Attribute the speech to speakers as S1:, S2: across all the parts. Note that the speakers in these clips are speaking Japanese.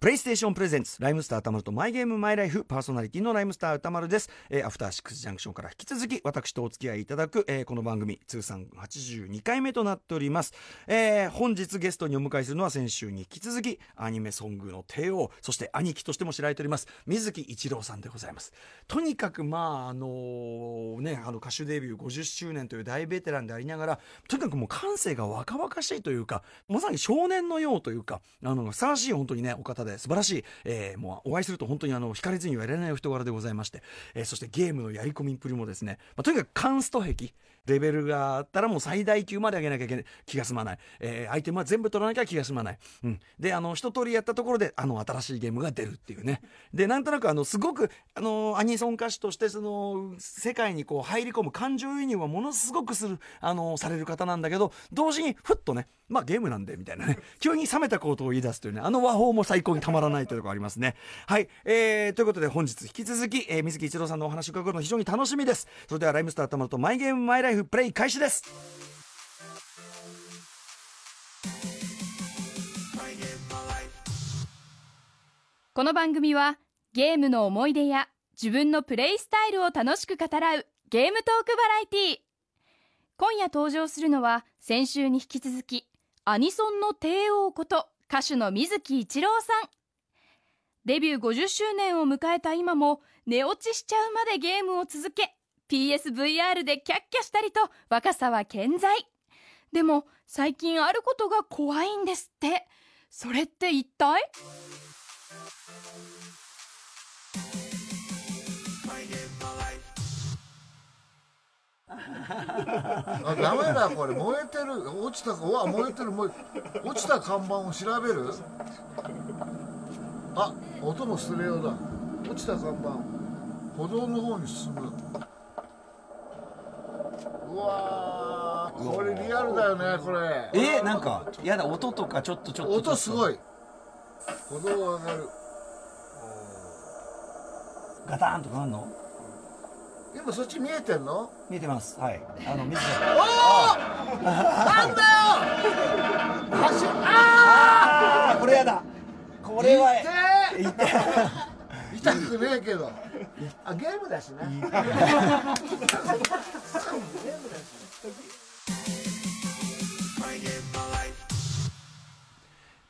S1: プレイステーションプレゼンツライムスター歌丸とマイゲームマイライフパーソナリティのライムスター歌丸です、えーアフターシックスジャンクションから引き続き私とお付き合いいただく、えーこの番組通算82回目となっております、えー本日ゲストにお迎えするのは先週に引き続きアニメソングの帝王そして兄貴としても知られております水木一郎さんでございますとにかくまああのーねあの歌手デビュー50周年という大ベテランでありながらとにかくもう感性が若々しいというかまさに少年のようというかあのふさわしい本当にねお方で素晴らしい、えーもうお会いすると本当にあの惹かれずにはいられないお人柄でございまして、えーそしてゲームのやり込みっぷりもですね、まあ、とにかくカンスト壁レベルがあったらもう最大級まで上げなきゃいけない気が済まない、えーアイテムは全部取らなきゃ気が済まない、うん、であの一通りやったところであの新しいゲームが出るっていうねでなんとなくあのすごくあのアニソン歌手としてその世界にこう入り込む感情移入はものすごくするあのされる方なんだけど同時にふっとねまあゲームなんでみたいなね 急に冷めたことを言い出すというねあの和法も最高にたまらないというところありますねはい、えー、ということで本日引き続き、えー水木一郎さんのお話を伺うの非常に楽しみですそれではライムスターたまるとマイゲームマイライフプレイ開始です
S2: この番組はゲームの思い出や自分のプレイスタイルを楽しく語らうゲームトークバラエティー今夜登場するのは先週に引き続きアニソンの帝王こと歌手の水木一郎さんデビュー50周年を迎えた今も寝落ちしちゃうまでゲームを続け PSVR でキャッキャしたりと若さは健在でも最近あることが怖いんですってそれって一体
S3: あダメだこれ燃えてる落ちたうわ燃えてる燃え落ちた看板を調べるあ音もスレオだ落ちた看板歩道の方に進むうわーこれリアルだよねこれ
S4: えなんかやだ音とかちょっとちょっと
S3: 音すご
S4: い
S3: い歩道上がる
S4: ガタンとかなんの
S3: 今そっち見えてんの
S4: 見えてますはいあの水木
S3: おおなんだよ走あ
S4: あーこれやだこれは
S3: ー痛え痛くねえけどあゲームだしな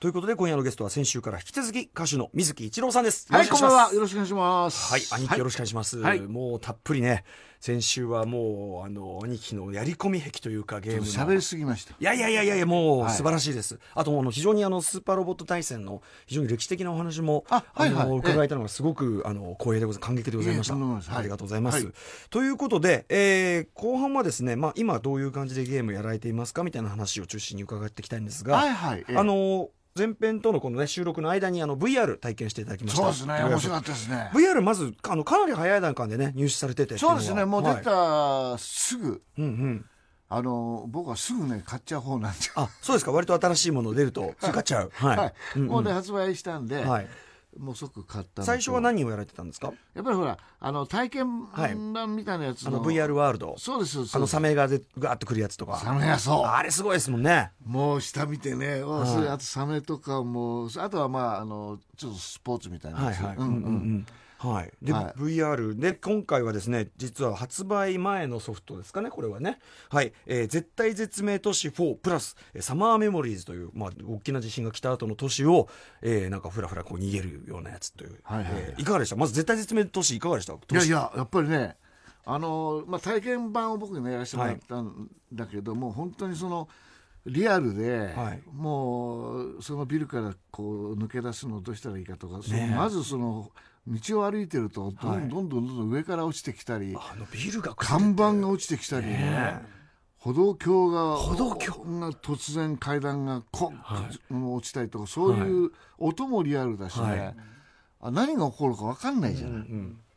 S1: ということで今夜のゲストは先週から引き続き歌手の水木一郎さんです
S3: はい、こんばんは。よ
S1: よろしくお願いし
S3: ろしくお願いします。
S1: ますはい兄貴よろしくお願いします、
S3: はい
S1: もうたっぷりね先週はもうあの兄貴のやり込み癖というかゲームの
S3: 喋りすぎました。
S1: いやいやいやいやいやもう
S3: はい
S1: 素晴らしいです、あとあの非常にあのスーパーロボット対戦の非常に歴史的なお話も
S3: あはいはい
S1: あの
S3: ええ
S1: 伺えたのがすごくあの光栄でございます感激でございました
S3: いえとんでもないですはい
S1: ありがとうございます、
S3: はい
S1: ということで、えー後半はですね、まあ、今どういう感じでゲームやられていますかみたいな話を中心に伺っていきたいんですが、
S3: はいはい。ええ
S1: あ、の前編とのこの、ね、収録の間にあの VR 体験していただきました
S3: そうですね。面白かったですね。
S1: VR まずあのかなり早い段階でね入手されててっていの
S3: そう
S1: は
S3: ですね。もう
S1: はい
S3: 出たすぐ、
S1: うんうん
S3: あの、僕はすぐね、買っちゃう方なんで。
S1: あそうですか割と新しいもの出ると使っちゃうはい、
S3: はい。
S1: うんうん
S3: もうね、発売したんで、
S1: はい
S3: もう即買ったのと
S1: 最初は何をやられてたんですか
S3: やっぱりほら、あの、体験
S1: はい
S3: 版みたいなやつ
S1: あ
S3: の。
S1: の VR ワールド
S3: そうです、そうです。
S1: あのサメがでガーッとくるやつとか
S3: サメやそう。
S1: あれすごいですもんね
S3: もう下見てね、わ
S1: はい
S3: それあとサメとかも、あとはまあ、あの、ちょっとスポーツみたいな
S1: は
S3: や
S1: い
S3: つ。
S1: はい、
S3: うんうん。
S1: はい、で、
S3: はい
S1: VR で今回はですね実は発売前のソフトですかねこれはねはい、えー絶対絶命都市4プラスえーサマーメモリーズという、まあ、大きな地震が来た後の都市を、えーなんかふらふらこう逃げるようなやつという、
S3: はいはいはい
S1: えーいかがでしたまず絶対絶命都市いかがでした
S3: いやいや、やっぱりね、あのまあ、体験版を僕ね、やらせてもらったんだけども、本当にその、リアルで、
S1: はい
S3: もう、そのビルからこう抜け出すのをどうしたらいいかとか、その
S1: ねえ
S3: まずその、道を歩いてると、ど
S1: はい
S3: んどんどんどんどん上から落ちてきたり、
S1: あのビルが崩れ
S3: 看
S1: て
S3: 板が落ちてきたりね、
S1: ね
S3: 歩道橋が
S1: 歩道橋
S3: が突然階段がこ、落ちたりとかそういう音もリアルだしね、
S1: はい
S3: あ何が起こるか分かんないじゃない、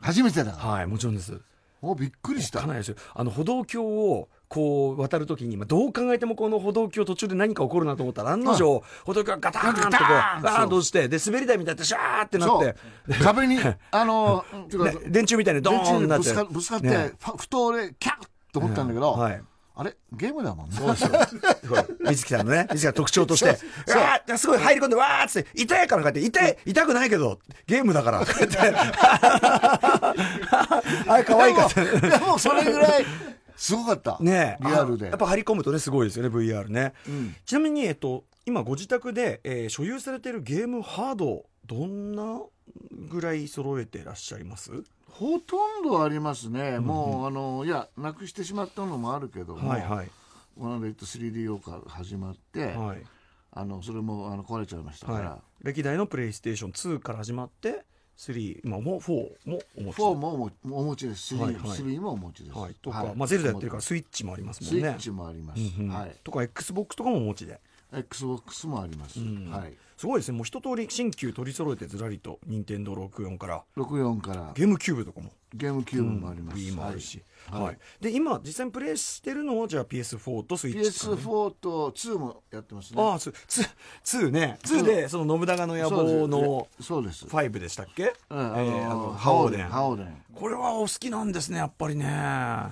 S3: 初めてだから、
S1: はいもちろんです
S3: おびっくりした
S1: かなりですよあの歩道橋をこう渡るときに、まあ、どう考えてもこの歩道橋途中で何か起こるなと思ったら案の定、歩道橋がガターンとこう
S3: ガターン
S1: ガーン
S3: そ
S1: と落ちてで滑り台みたいになってシャーってなっ
S3: そ
S1: て
S3: う壁 にあのていうか
S1: ね電柱みたいにドーン
S3: 電
S1: にな
S3: 柱
S1: っ
S3: にぶ
S1: て
S3: つかぶつかって、
S1: ね
S3: ふふと俺キャッと思ったんだけど、
S1: はい
S3: あれゲームだもんね
S1: そう ですよ。 水木さんのね、水木さんの特徴として、わーすごい入り込んで、わーっつって、痛いからかって、痛い、痛くないけど、ゲームだ から、こうやって。あれ、可愛いかったね。
S3: でもで もそれぐらいすごかった
S1: ねえ
S3: リアルで
S1: あやっぱ張り込むとね、すごいですよね、VR ね。ちなみに、えっと、今、ご自宅で、えー所有されているゲームハード、どんなぐらい揃えてらっしゃいます
S3: ほとんどありますね、もうあのいやなくしてしまったのもあるけども、
S1: はいはい。
S3: ワンレット 3D オーカーが始まって、
S1: はい
S3: あのそれもあの壊れちゃいましたから、
S1: はい、歴代のプレイステーション2から始まって3今もう4もお持ち
S3: 4もおもお持ちです3、
S1: はいはい
S3: 3もお持ちです、
S1: はい、とか、まあ、ゼルダやってるからスイッチもありますも
S3: ス
S1: ん
S3: イ
S1: ね
S3: ッチもあります、
S1: うんうん
S3: はい、
S1: とか XBOX とかもお持ちで
S3: XBOX もあります、はい、
S1: すごいですねもう一通り新旧取り揃えてずらりと任天堂64から
S3: 64から
S1: ゲームキューブとかも
S3: ゲームキューブもあります、
S1: Wii もあるし、は
S3: はいい
S1: で今実際にプレイしてるのはじゃあ PS4 とスイッチとかね、
S3: PS4 と2もやってますね
S1: ああツーツーねツーでその信長の野望の
S3: そうですそうです
S1: 5でしたっけ、
S3: うんあの
S1: えーあの
S3: ハ
S1: 覇
S3: オ
S1: 王
S3: デン
S1: 伝
S3: ハオデン
S1: これはお好きなんですねやっぱりね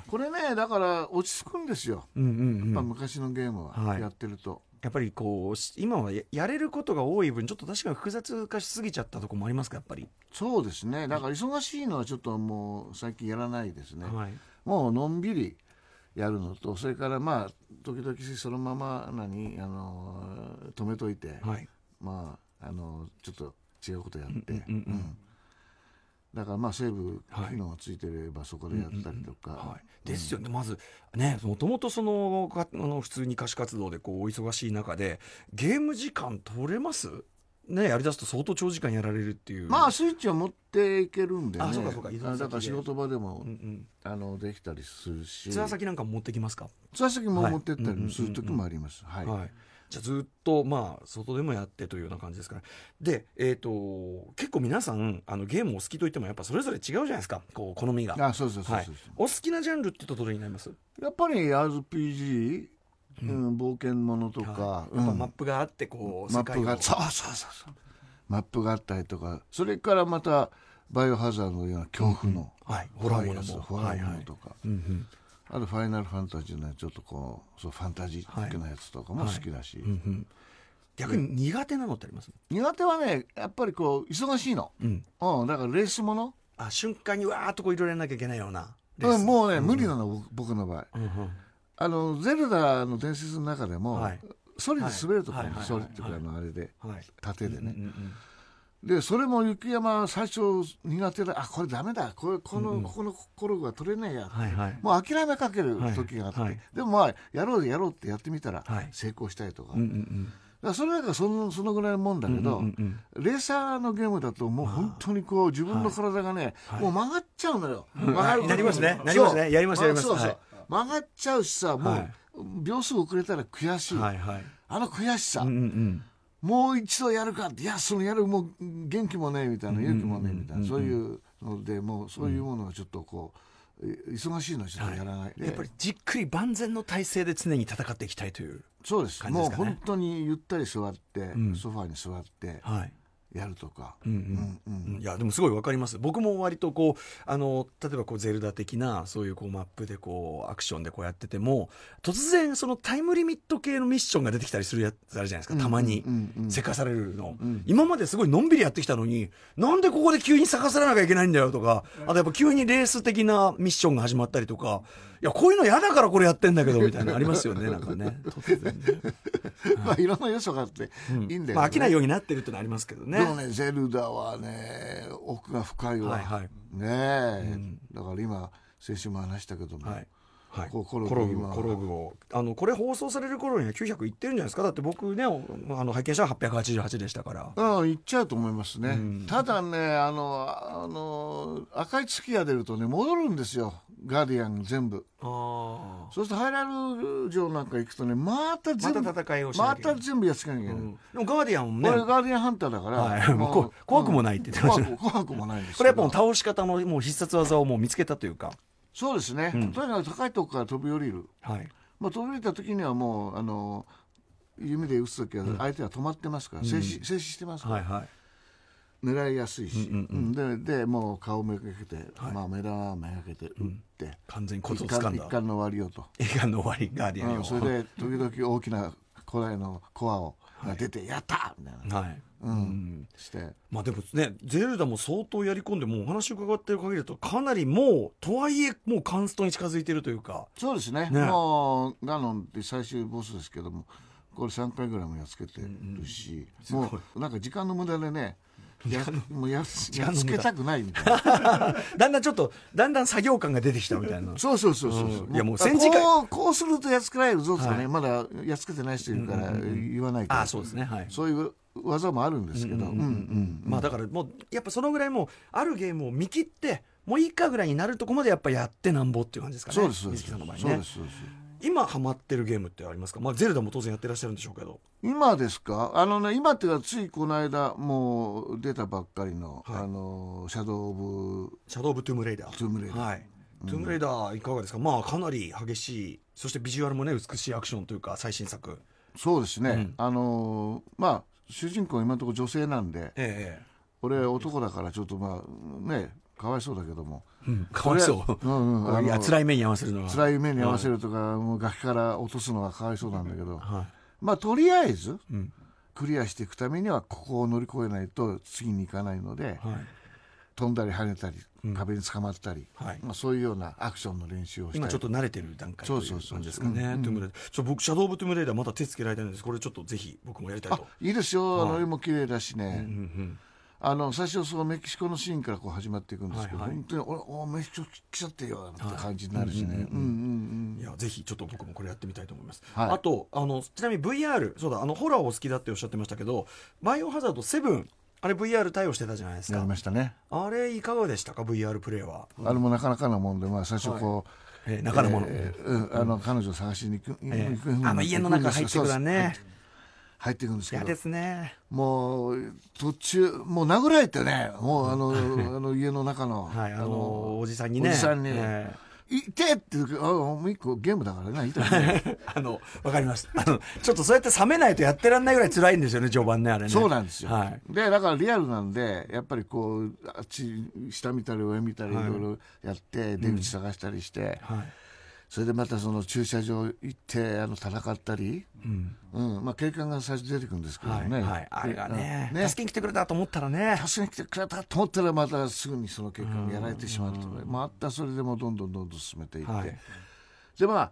S3: これねだから落ち着くんですよ、
S1: うんうんうん
S3: やっぱ昔のゲーム
S1: は
S3: はいやってると、
S1: やっぱりこうし今はややれることが多い分ちょっと確かに複雑化しすぎちゃったとこもありますかやっぱり、
S3: そうですねだから忙しいのはちょっともう最近やらないですね、
S1: はい、
S3: もうのんびりやるのとそれからまあ時々そのまま何あのー止めといて、
S1: はい、
S3: まああのーちょっと違うことやって、
S1: うんうんうん
S3: うんだからまあセーブ
S1: はい
S3: 機能がついてればそこでやったりとか、
S1: はい、ですよね、まずねもともとそのかあの普通に歌手活動でこうお忙しい中でゲーム時間取れますねやりだすと相当長時間やられるっていう
S3: まあスイッチは持っていけるんでね
S1: あそうかそうか移動先で
S3: だから仕事場でも、
S1: うんうん
S3: あのできたりするし
S1: ツアー先なんかも持ってきますか
S3: つま先も持ってった
S1: はいうんうんうんう
S3: り
S1: ん
S3: する時もあります、はい
S1: はい、じゃあずっとまあ外でもやってというような感じですからで、えー、と結構皆さんあのゲームお好きといってもやっぱそれぞれ違うじゃないですかこう好みが。
S3: あそうそうそう
S1: は
S3: そう
S1: い
S3: そう、
S1: お好きなジャンルって言うとどれになります、
S3: やっぱり RPG、うん冒険ものとか、
S1: やっぱ
S3: うん
S1: マップがあってこう、
S3: マ
S1: 世
S3: ッ
S1: 界
S3: プ
S1: を
S3: がそうそうそうそうマップがあったりとかそれからまたバイオハザードのような恐怖の、
S1: はい、ホラーもの
S3: 怖いやつ
S1: も
S3: ホ
S1: は
S3: ラ
S1: い
S3: ーも
S1: は
S3: の
S1: い
S3: とか、
S1: うんうん
S3: あと「ファイナルファンタジー」のちょっとこうそうファンタジックなやつとかも好きだし、
S1: うんうん逆に苦手なのってあります、
S3: 苦手はねやっぱりこう忙しいの、
S1: うん、
S3: うん、だからレースもの、
S1: あ瞬間にわーっとこういろいろやらなきゃいけないようなレー
S3: う
S1: ス
S3: ん、もうね、無理なの僕僕の場合
S1: うんうん
S3: あのゼルダの伝説の中でも、
S1: はい
S3: ソリで滑るとか、
S1: はいはいはい
S3: ソリっていうかあのあれで
S1: はい
S3: 盾でね、
S1: うんうん
S3: でそれも雪山最初苦手だあこれダメだこれこの、ここのコルクが取れねえや、
S1: はいはい
S3: もう諦めかける時があって、
S1: はいはい
S3: でもまあやろうやろうってやってみたら
S1: はい
S3: 成功したりとか,、
S1: うんう
S3: だ
S1: ん
S3: からそれなんかそのそのぐらいのもんだけど、
S1: うんうんうん
S3: レーサーのゲームだともう本当にこう自分の体がね、もう曲がっちゃうのよ、曲がる
S1: なりますねなりますね
S3: そう
S1: やりますやります
S3: そうそう
S1: はい
S3: 曲がっちゃうしさもう、
S1: はい
S3: 秒数遅れたら悔し
S1: う
S3: い、
S1: んはいはい
S3: あの悔しさ、
S1: うんうん
S3: もう一度やるかっていやそのやるもう元気もねえみたいな勇気もねえみたいなそういうのでもうそういうものはちょっとこうえ忙しいのはちょっとやらない、
S1: やっぱりじっくり万全の体制で常に戦っていきたいという
S3: そうです
S1: 感じで
S3: も
S1: す
S3: う
S1: かね
S3: 本当にゆったり座って、
S1: ん
S3: ソファーに座って
S1: はい
S3: やるとか、
S1: うん
S3: うん
S1: うん、いやでもすごいわかります僕も割とこうあの例えばこうゼルダ的なそういうこうマップでこうアクションでこうやってても突然そのタイムリミット系のミッションが出てきたりするやつあるじゃないですかたまに
S3: うんうんうん
S1: せかされるの、今まですごいのんびりやってきたのになんでここで急にせかされなきゃいけないんだよとかあとやっぱ急にレース的なミッションが始まったりとかいやこういうの嫌だからこれやってんだけどみたいなのありますよねなんか ね突然ね
S3: まあいろんな要素があっていいんだよ、ね
S1: まあ、飽きないようになってるってのありますけどね
S3: でもねゼルダはね奥が深いわ、
S1: はいはい
S3: ねえ、だから今先週も話したけども、
S1: はい。はい、
S3: こうコログ
S1: コログ
S3: 今
S1: コログをあのこれ放送される頃には900いってるんじゃないですかだって僕ねおあの拝見したら888でしたから
S3: うん、行っちゃうと思いますね。ただね、あの、あの、赤い月が出るとね、戻るんですよ。ガーディアン全部。
S1: あ
S3: そうするとハイラル城なんか行くとね、また全部。
S1: また戦いをしなきゃいけない
S3: また全部やっつけなきゃいけない。
S1: でもガーディアンも
S3: 俺
S1: ね
S3: ガーディアンハンターだから、
S1: はいもうこ怖くもないって言ってましたね
S3: うん怖く怖くもないんですけど
S1: これやっぱもう倒し方のもう必殺技をもう見つけたというか
S3: そうですね、とにかく高いとこから飛び降りる、
S1: はい
S3: まあ、飛び降りた時にはもうあの弓で撃つ時は相手は止まってますから、静止静止してますから、
S1: はいはい
S3: 狙いやすいし、
S1: うんうん
S3: うんででもう顔めがけて、まあ、目玉めがけて打って、
S1: 完全にコツ
S3: 一
S1: をつか
S3: 貫
S1: ん
S3: 一
S1: だ
S3: 貫の割りをと、
S1: 映画の終わりガーディアン
S3: う
S1: よ
S3: ん、それで時々大きな古代のコアをが出て「やった!」みたいな、
S1: はい
S3: うんして
S1: まあでもね、ゼルダも相当やり込んで、もうお話伺ってる限りだと、かなりもう、とはいえ、もうカンストに近づいてるという か、
S3: そうですね
S1: ね
S3: もうガノンって最終ボスですけどもこれ3回ぐらいもやっつけてるし、もうなんか時間の無駄でねやもうやっつ
S1: 間の
S3: やっ
S1: 無
S3: つ
S1: 駄
S3: けたくないみたいな
S1: だんだんちょっと、だんだん作業感が出てきたみたいな。
S3: そうそうそうそうそう
S1: いやもう戦時下
S3: こうこうするとやっつけられるぞとかね、
S1: はい
S3: まだやっつけてない人いるから言わないと、
S1: ああ、そうですね。はい。
S3: そういう技もあるんですけど、うんうん
S1: まあだからもう、やっぱそのぐらいもう、あるゲームを見切って、もういいかぐらいになるとこまでやっぱやってなんぼっていう感じですかね。
S3: そうですそうで
S1: 水木
S3: す
S1: さんの場合
S3: そう
S1: ね
S3: で。すそうです
S1: 今ハマってるゲームってありますかまあゼルダも当然やってらっしゃるんでしょうけど。
S3: 今ですかあのね今っていうかついこの間もう出たばっかりの「
S1: はい
S3: あのシャドウ・オブ・
S1: シャドウ・オブ・トゥームレイダー。
S3: トゥームレイダー
S1: はい。トゥームレイダーいかがですかまあかなり激しい、そしてビジュアルもね、美しいアクションというか、最新作。
S3: そうですね、
S1: うん
S3: あのーまあ主人公今のところ女性なんで
S1: え
S3: 俺男だからちょっとまあねかわいそうだけども
S1: えうんかわいそう。
S3: れうんうんあの
S1: いや辛い目に合わせるのは
S3: 辛い目に合わせるとか、もう崖から落とすのがかわいそうなんだけど、
S1: は
S3: まあとりあえず
S1: い、うん
S3: クリアしていくためにはここを乗り越えないと次に行かないので、
S1: はい
S3: 飛んだり跳ねたり
S1: うん
S3: 壁に捕まったり、
S1: はい
S3: まあ、そういうようなアクションの練習をしたり
S1: 今ちょっと慣れてる段階という
S3: そうそうそう
S1: 感じですかね、
S3: うんうん
S1: トゥームレイダーちょ僕シャドウ・オブ・トゥームレイダーまだ手つけられてないんですこれちょっとぜひ僕もやりたい
S3: あ
S1: と、
S3: いいですよ、あ
S1: は
S3: の
S1: い
S3: 絵も綺麗だしね、
S1: うんうん
S3: あの最初そのメキシコのシーンからこう始まっていくんですけど、
S1: はいはい
S3: 本当に俺おメキシコ来ちゃってよって感じになるしね、うんうん
S1: いやぜひちょっと僕もこれやってみたいと思います、
S3: はい
S1: あとあのちなみに VR そうだあのホラーをお好きだっておっしゃってましたけど「バイオハザード7」あれ VR 対応してたじゃないで
S3: う
S1: す
S3: ん、やり
S1: か
S3: ましたね、
S1: あれいかがでしたか VR プレイは、
S3: あれもなかなかなもんで、まあ、最初こう、
S1: えー中のもの、
S3: えーうん、あの彼女を探しに行く、
S1: え
S3: 行く
S1: ーあの家の中入ってくだね
S3: そうそう入っていくんですけ
S1: 嫌
S3: ど
S1: ですね
S3: もう途中もう殴られてねも うあのあの家の中の、
S1: はいあのおじさんにね
S3: おじさんに、
S1: ええ
S3: いてっていうかあもう一個ゲームだか らねいいと思うね
S1: あの、わかります。あの、ちょっとそうやって冷めないとやってらんないぐらい辛いんですよね、序盤ね、あれね。
S3: そうなんですよ、
S1: はい。
S3: でだからリアルなんでやっぱりこうあっち下見たり上見たりい
S1: はい
S3: ろいろやって、出口探したりして、
S1: はい。
S3: それでまたその駐車場行ってあの戦ったり、
S1: うん。
S3: うんまあ、警官が最初出てくるんですけど
S1: はい。
S3: ね、
S1: はい。あれがね、
S3: うんね
S1: 助けに来てくれたと思ったらね。
S3: 助けに来てくれたと思ったらまたすぐにその警官がやられてしまうとか、まあ、あったそれでもうどんどんどんどん進めていって、
S1: はい。
S3: でまあ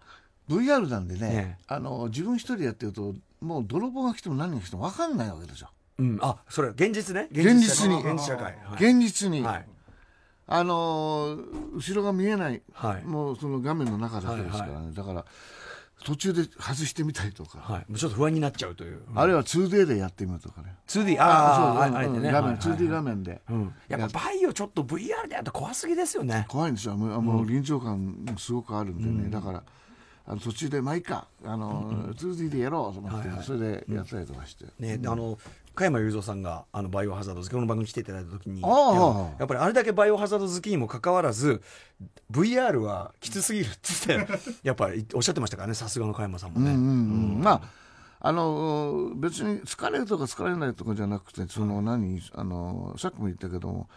S3: VR なんでね
S1: ね
S3: あの自分一人でやってるともう泥棒が来ても何が来ても分かんないわけですよ
S1: うん。あ、それ、現実ね。
S3: 現実に
S1: 現実社会。はい
S3: 現実に、
S1: はい。
S3: あのー後ろが見えない、
S1: はい
S3: もうその画面の中だけですからね、
S1: は
S3: だから途中で外してみたりとか、
S1: はい。もうちょっと不安になっちゃうという。
S3: あるいは 2D でやってみるとかね
S1: 2D、あ
S3: そう
S1: あ、あれ
S3: うん
S1: で
S3: う
S1: ね。
S3: ん画
S1: はい
S3: 面、
S1: はいはい
S3: 2D 画面で、
S1: うん。やっぱバイオちょっと VR でやると怖すぎですよね。
S3: 怖いんですよもうもう臨場感もすごくあるんでね、だからあの途中でまあいいかあの、2D でやろうと思って、それでやったりとかして、
S1: ね、あの加山雄三さんがあのバイオハザード好きこの番組に来ていただいた時に
S3: ああ
S1: いややっぱりあれだけバイオハザード好きにもかかわらず VR はきつすぎるっつって やっぱりおっしゃってましたからねさすがの加山さんもね、
S3: うんうんうんまああの別に疲れるとか疲れないとかじゃなくてその何あのさっきも言ったけども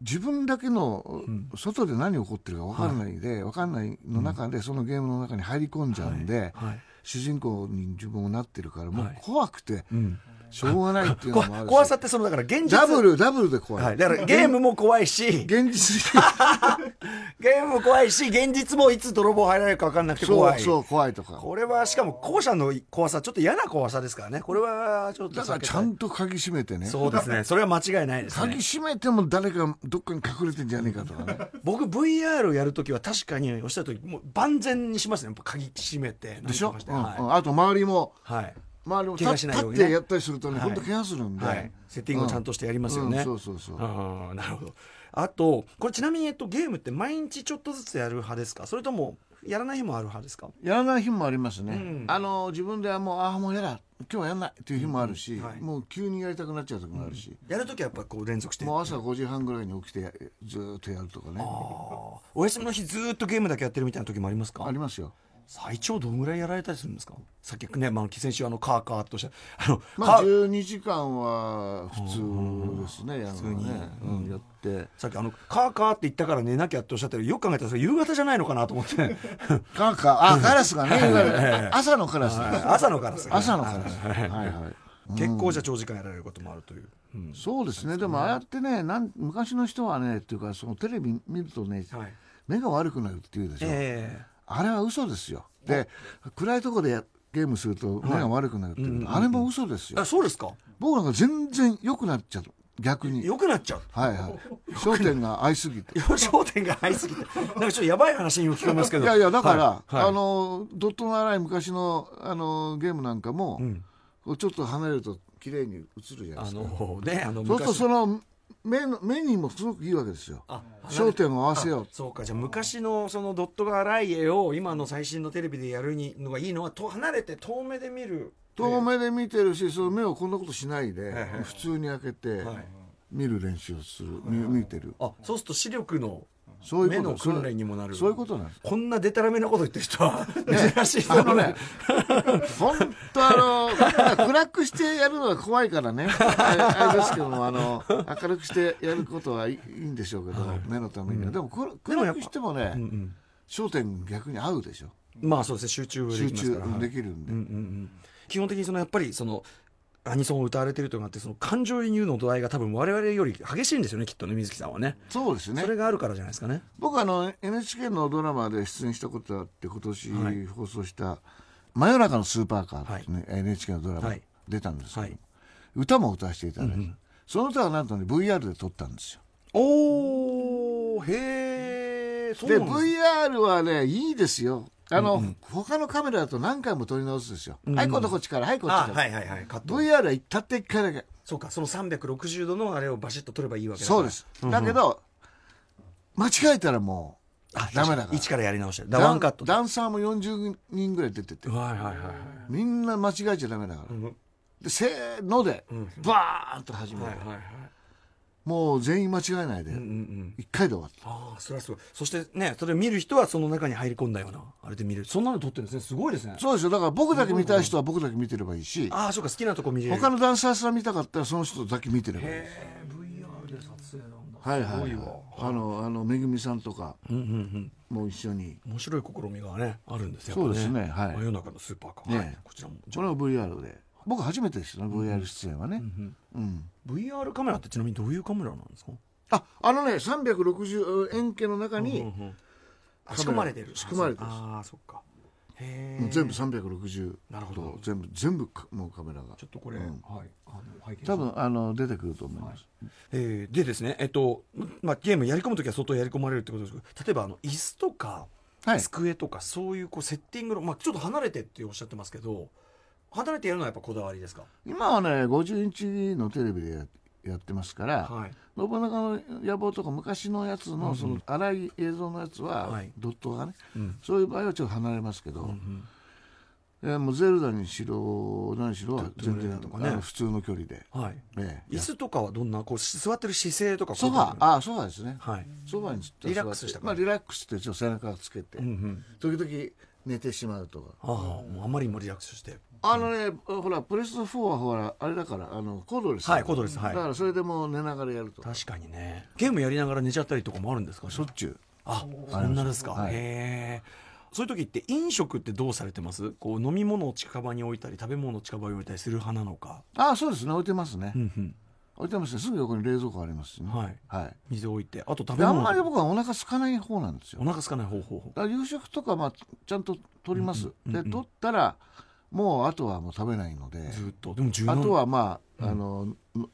S3: 自分だけの外で何起こってるか分からないで、分かんないの中で、そのゲームの中に入り込んじゃうんで、
S1: はい
S3: 主人公に自分もなってるからも
S1: は
S3: う
S1: い
S3: 怖くて
S1: うん、
S3: しょうがないっていうの
S1: こ
S3: もあるし
S1: 怖さってそのだから現実
S3: ダブルダブルで怖い、
S1: はい、だからゲームも怖いし
S3: 現実に
S1: ゲームも怖いし現実もいつ泥棒入られるか分かんなくて
S3: そ
S1: 怖
S3: う
S1: い
S3: そう怖いとか
S1: これはしかも後者の怖さちょっと嫌な怖さですからねこれはちょっと
S3: だから
S1: 避け
S3: ち
S1: た
S3: ゃ
S1: い
S3: んと鍵閉めてね
S1: そうですねそれは間違いないですね
S3: 鍵閉めても誰かどっかに隠れてんじゃねえかとかね
S1: 僕 VR をやるときは確かにおっしゃるとりもう万全にしますねやっぱ鍵閉めて
S3: でしょ
S1: なん、と
S3: う
S1: か
S3: ん
S1: して
S3: う
S1: は
S3: んあと周りも
S1: い、はい
S3: 周りも
S1: 怪我
S3: 立
S1: し
S3: っ
S1: ないように
S3: 立
S1: ね
S3: ってやったりするとね
S1: はい
S3: 本当怪我するん
S1: は
S3: で
S1: いセッティングをちゃんとしてやりますよね
S3: うんそうそうそう
S1: あーなるほどあとこれちなみに、えっと、ゲームって毎日ちょっとずつやる派ですかそれともやらない日もある派ですか
S3: やらない日もありますね、
S1: ん
S3: あの自分ではもうああもうやだ今日はやんないっていう日もあるし、
S1: んはい
S3: もう急にやりたくなっちゃう時もあるし、
S1: やるときはやっぱこう連続して
S3: もう朝5時半ぐらいに起きてやずーっとやるとかね
S1: あーお休みの日ずーっとゲームだけやってるみたいな時もありますか
S3: ありますよ
S1: 最長どんぐらいやられたりするんですかさっきね、まあ、先週あのカーカーっとしたあの、
S3: まあ
S1: カー
S3: 12時間は普通ですね、やるのはね、うん、やって
S1: さっきあのカーカーって言ったから寝なきゃっておっしゃったけどよく考えたらそれ夕方じゃないのかなと思って
S3: カーカーあカラスがねいわゆる朝のカラスです
S1: 朝のから
S3: 朝のカラスはいはい
S1: 結構じゃあ長時間やられることもあるという、うん
S3: そうですねでもああやってねなん昔の人はねっていうかそのテレビ見るとね、
S1: はい
S3: 目が悪くなるっていうでしょ、
S1: え
S3: あれは嘘ですよで暗いところでやゲームすると目が悪くなるっていう、あれも嘘です
S1: え
S3: よ
S1: あそうですか
S3: 僕なんか全然良くなっちゃう逆に
S1: 良くなっちゃう
S3: はいはい焦点が合いすぎて
S1: 焦点が入りすぎてなんかちょっと やばい話にも聞こえますけど
S3: いやいやだから、
S1: はいはい
S3: あのドットの荒い昔のあのゲームなんかも、こうちょっと離れると綺麗に映るじゃないで
S1: あ
S3: すか
S1: のねあの
S3: そうすると
S1: 昔
S3: その目の目にもすごくいいわけですよ
S1: あ
S3: 焦点を合わせよう
S1: そうかじゃあ昔のそのドットが荒い絵を今の最新のテレビでやるにのがいいのはと離れて遠目で見る
S3: 遠目で見てるしその目をこんなことしない
S1: は
S3: で、
S1: いはい
S3: 普通に開けて、
S1: はい
S3: 見る練習をする、見見てる
S1: あそうすると視力の
S3: そうい
S1: 目
S3: うこと
S1: の訓練にもなる
S3: そういうことなんです
S1: こんなデタラメなこと言ってる人は珍しい
S3: あのね、本当あの、 暗くしてやるのは怖いからね、ああれですけども、あの、明るくしてやることはいいいいんでしょうけど、目のためには。でも、暗
S1: でもやっぱ
S3: 暗くしてもね、焦点逆に合うでしょ。
S1: まあそうですね集中で
S3: 集
S1: きます
S3: 中
S1: からはい
S3: できるんで。
S1: うんうんうん基本的にそのやっぱりそのアニソンを歌われてるというのがあってその感情移入の度合いが多分我々より激しいんですよねきっとね水木さんはね
S3: そうですね
S1: そ。れがあるからじゃないですかね
S3: 僕あの、NHK のドラマで出演したことがあって、今年放送した、真夜中のスーパーカーですね、NHK のドラマ
S1: はい
S3: 出たんですけど、
S1: はい
S3: 歌も歌わせていただいて、その歌はなんとね、VR で撮ったんですよ。
S1: おおへえそ
S3: で
S1: なんですね
S3: VR はねいいですよあの、他のカメラだと何回も撮り直すですよ、はい今度こっちからはいこっち
S1: あ
S3: から、
S1: はいはいはいカット
S3: VR はたった一回だけ
S1: そうかその360度のあれをバシッと取ればいいわけだから
S3: そうです、だけど間違えたらもう
S1: あ
S3: ダメだから
S1: 一からやり直してるだからワンカット
S3: ダンダンサーも40人ぐらい出てて
S1: はいはいはいはい
S3: みんな間違えちゃダメだから、でせーので、バーンと始める、
S1: はいはい
S3: もう全員間違えないで、一1回で終わった
S1: ああそれはすごいそしてねそれを見る人はその中に入り込んだようなあれで見れるそんなの撮ってるんですねすごいですね
S3: そうですよだから僕だけ見たい人は僕だけ見てればいいし
S1: ああそうか好きなとこ見れる
S3: 他のダンサーさん見たかったらその人だけ見てればいいです
S1: えー VR で撮影なんだ
S3: はいはい、
S1: す
S3: は
S1: ご
S3: い
S1: いわ、
S3: あのあのめぐみさんとか
S1: うんうんうん
S3: も一緒に
S1: 面白い試みがねあるんですよ
S3: そうですね
S1: やっぱ
S3: はい
S1: 真夜中のスーパーカー、
S3: ね
S1: はいこちらもじ
S3: こ
S1: ゃ
S3: れは VR で僕初めてですよね VR 出演はね、うん
S1: あ VR カメラってちなみにどういうカメラなんですか
S3: ああのね360円形の中に、
S1: あ仕込まれてる
S3: 仕組まれてる
S1: ああそっかへ
S3: も
S1: え
S3: う全部360
S1: なるほど
S3: 全部全部かもうカメラが
S1: ちょっとこれ、はいあの拝見し
S3: 多分あの出てくると思います、
S1: えーでですね、えっとまあ、ゲームやり込むときは相当やり込まれるってことですけど例えばあの椅子とか
S3: はい
S1: 机とかそういうこうセッティングの、まあ、ちょっと離れてっておっしゃってますけど離れてやるのはやっぱこだわりですか
S3: 今はね50インチのテレビでややってますから、
S1: はい
S3: 信長の野望とか昔のやつのその荒い映像のやつ
S1: は
S3: はいドットがね、そういう場合はちょっと離れますけど、えーもうゼルダにしろ何しろは全
S1: ド
S3: 然
S1: ラとかね
S3: あの普通の距離で、
S1: はい
S3: ええ
S1: 椅子とかはどんなこうし座ってる姿勢とか
S3: ソファー
S1: あ
S3: ああソファーですね、
S1: はい
S3: ソファーにずっと
S1: リラックスした
S3: 座ってまあ、リラックスってちょっと背中をつけて、時々寝てしまうとか
S1: あもうあんまりにもリラックスして
S3: あのね、ほらプレステ4はほらあれだからあのコードレス
S1: はいコードレスはい
S3: だからそれでもう寝ながらやると
S1: 確かにねゲームやりながら寝ちゃったりとかもあるんですか
S3: しょっちゅう
S1: あそんなですか、
S3: はい
S1: へえそういう時って飲食ってどうされてますこう飲み物を近場に置いたり食べ物を近場に置いたりする派なのか
S3: ああそうですね置いてますね、
S1: うんうん
S3: 置いてますねすぐ横に冷蔵庫ありますしね
S1: はい
S3: はい
S1: 水を置いてあと食
S3: で
S1: べ
S3: あ
S1: 物
S3: んまり僕はお腹空かない方なんですよ
S1: お
S3: だか
S1: 腹空かない方法
S3: ら夕食とかまあちゃんと取ります、で取ったらもうあとはもう食べないので
S1: ずーっとでも柔
S3: あ
S1: 軟
S3: とはまあ、あの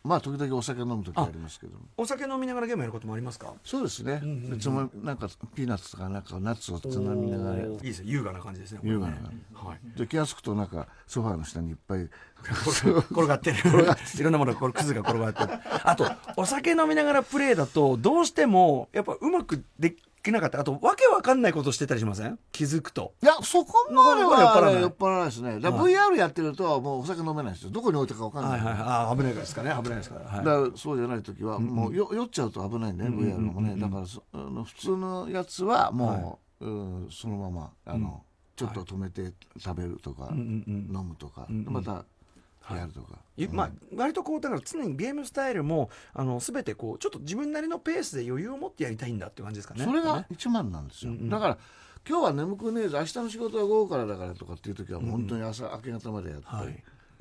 S3: まあ時々お酒飲む時ありますけども
S1: お酒飲みながらゲームやることもありますか
S3: そうですね、でつまみなんかピーナッツとかなんかナッツをつまみながら
S1: おーいいですね優雅な感じですね
S3: 優雅な
S1: これねはい
S3: で気が付くとなんかソファーの下にいっ ぱい
S1: 転がってるいろんなものがこれクズが転がってるあとお酒飲みながらプレイだとどうしてもやっぱうまくできなかったあとわけわかんないことしてたりしません気づくと
S3: いやそこまでは
S1: なかなか酔っ払わない
S3: ね酔っ払わないですねだから VR やってるともうお酒飲めないですよどこに置いたか分かんない、
S1: はいはいはいあー危ないですかね危ないですから、はい、
S3: だからそうじゃない時はもうよ酔っちゃうと危ないね VR のもねだからそあの普通のやつはもううんそのままあのちょっと止めて食べるとか、
S1: んうん
S3: 飲むとか、
S1: んうん
S3: でまたやるとか、
S1: いまあ、割とこうだから常にゲームスタイルもあの全てこうちょっと自分なりのペースで余裕を持ってやりたいんだっていう感じですかね。
S3: それが一番なんですよ、だから今日は眠くねえぞ明日の仕事は午後からだからとかっていう時はもう本当に朝、明け方までやって、
S1: は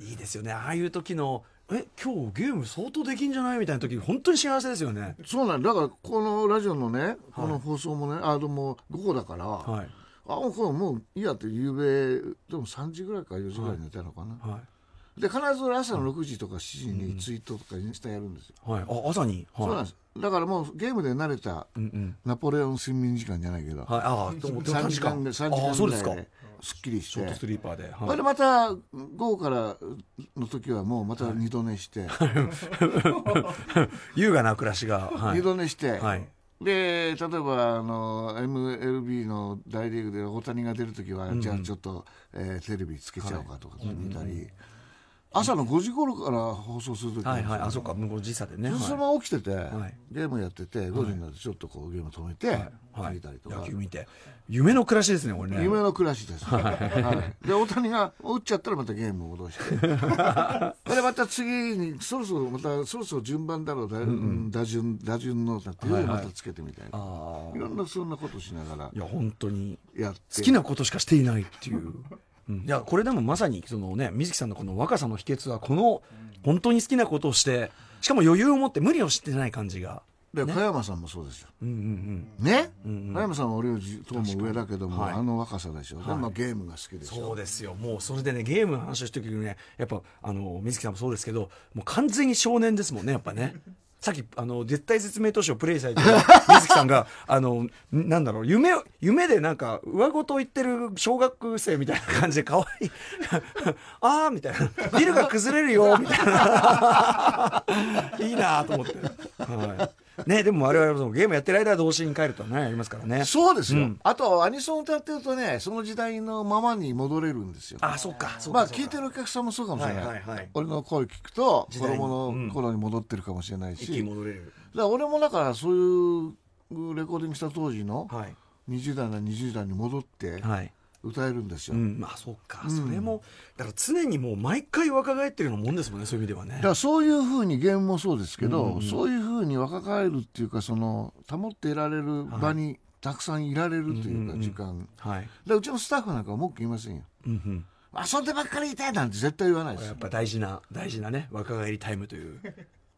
S1: い、いいですよねああいう時の「え今日ゲーム相当できんじゃない?」みたいな時本当に幸せですよね。
S3: そうなんだからこのラジオのねこの放送もね、あでも午後だから、
S1: はい
S3: あもうこれもういいやって夕べでも3時ぐらいか4時ぐらいに寝たのかな、
S1: は
S3: で必ず朝の6時とか7時にツイートとかインスタやるんですよ、
S1: いはい、あ朝に、はい、
S3: そうなんですだからもうゲームで慣れた
S1: うん
S3: ナポレオン睡眠時間じゃないけ
S1: う
S3: ど、
S1: んはい、ああ、でも
S3: 3時間で3時間ぐらい
S1: ああ、そうですか。
S3: すっきりして
S1: ショートスリーパーで。
S3: それでまた午後からの時はもうまた二度寝して、
S1: はい、優雅な暮らしが。は
S3: 二
S1: い。
S3: 度寝して、
S1: はい。
S3: で例えばあの MLB の大リーグで大谷が出る時は、じゃあちょっと、えーテレビつけちゃおうかとか見たり、朝の5時頃から放送する時
S1: はいはい。あ、そっか、向こう時差でね。
S3: そその
S1: は
S3: まま起きてて、
S1: はい
S3: ゲームやってて5時になってちょっとこうゲーム止めて、
S1: いはい
S3: 見たりとか、
S1: 野球見て。夢の暮らしですね、これね。
S3: 夢の暮らしです、はい、で大谷が打っちゃったらまたゲームを戻して でまた次にそろそろまたそろそろ順番だろうだ、打順打順のだっていうのをまたつけてみたいな、
S1: あ
S3: い、ろんなそんなことしながら
S1: あ。いや、本当に。
S3: やって
S1: 好きなことしかしていないっていう。うんいやこれでもまさにそのね水木さんのこの若さの秘訣はこの本当に好きなことをしてしかも余裕を持って無理をしてない感じが
S3: で加山さんもそうですよ
S1: うんうん
S3: ね、加山さんは俺よりとも上だけども、
S1: はい
S3: あの若さでしょ、でまあ、ゲームが好きで
S1: うん
S3: しょ
S1: そうですよもうそれでねゲームの話をしてる時にねやっぱあの水木さんもそうですけどもう完全に少年ですもんねやっぱ ねさっきあの絶対絶命都市をプレイされてる水木さんがあのなんだろう夢を夢でなんか上ごと言ってる小学生みたいな感じで可愛い ああみたいなビルが崩れる よみたいな。いいなと思って。はい。ね、でも我々もゲームやってる間は童心に帰るとね、ありますからね。
S3: そうですよ、あとアニソン歌ってるとねその時代のままに戻れるんですよ
S1: あ、そっか。そうか
S3: まあ聞いてるお客さんもそうかもしれな
S1: は
S3: い,、
S1: いはいはい
S3: 俺の声聞くと子
S1: 代に
S3: 供の頃に戻ってるかもしれないし、
S1: 一気に
S3: だか
S1: 戻れる。
S3: ら俺もだからそういうレコーディングした当時の
S1: はい。
S3: 20代な20代に戻って
S1: はい。
S3: 歌えるんですよ、
S1: うん、まあそうか。それも、だから常にもう毎回若返ってるようなもんですもんね、そういう意味ではね
S3: だか。らそういうふうにゲームもそうですけど、そういうふうに若返るっていうかその保っていられる場にたくさんいられるというか時間、だか
S1: はい。
S3: らうちのスタッフなんかは文句言いませんよ
S1: うん
S3: 遊んでばっかりいたいなんて絶対言わないで
S1: うん。
S3: す
S1: や
S3: よ
S1: っぱ大事な、大事なね、若返りタイムという。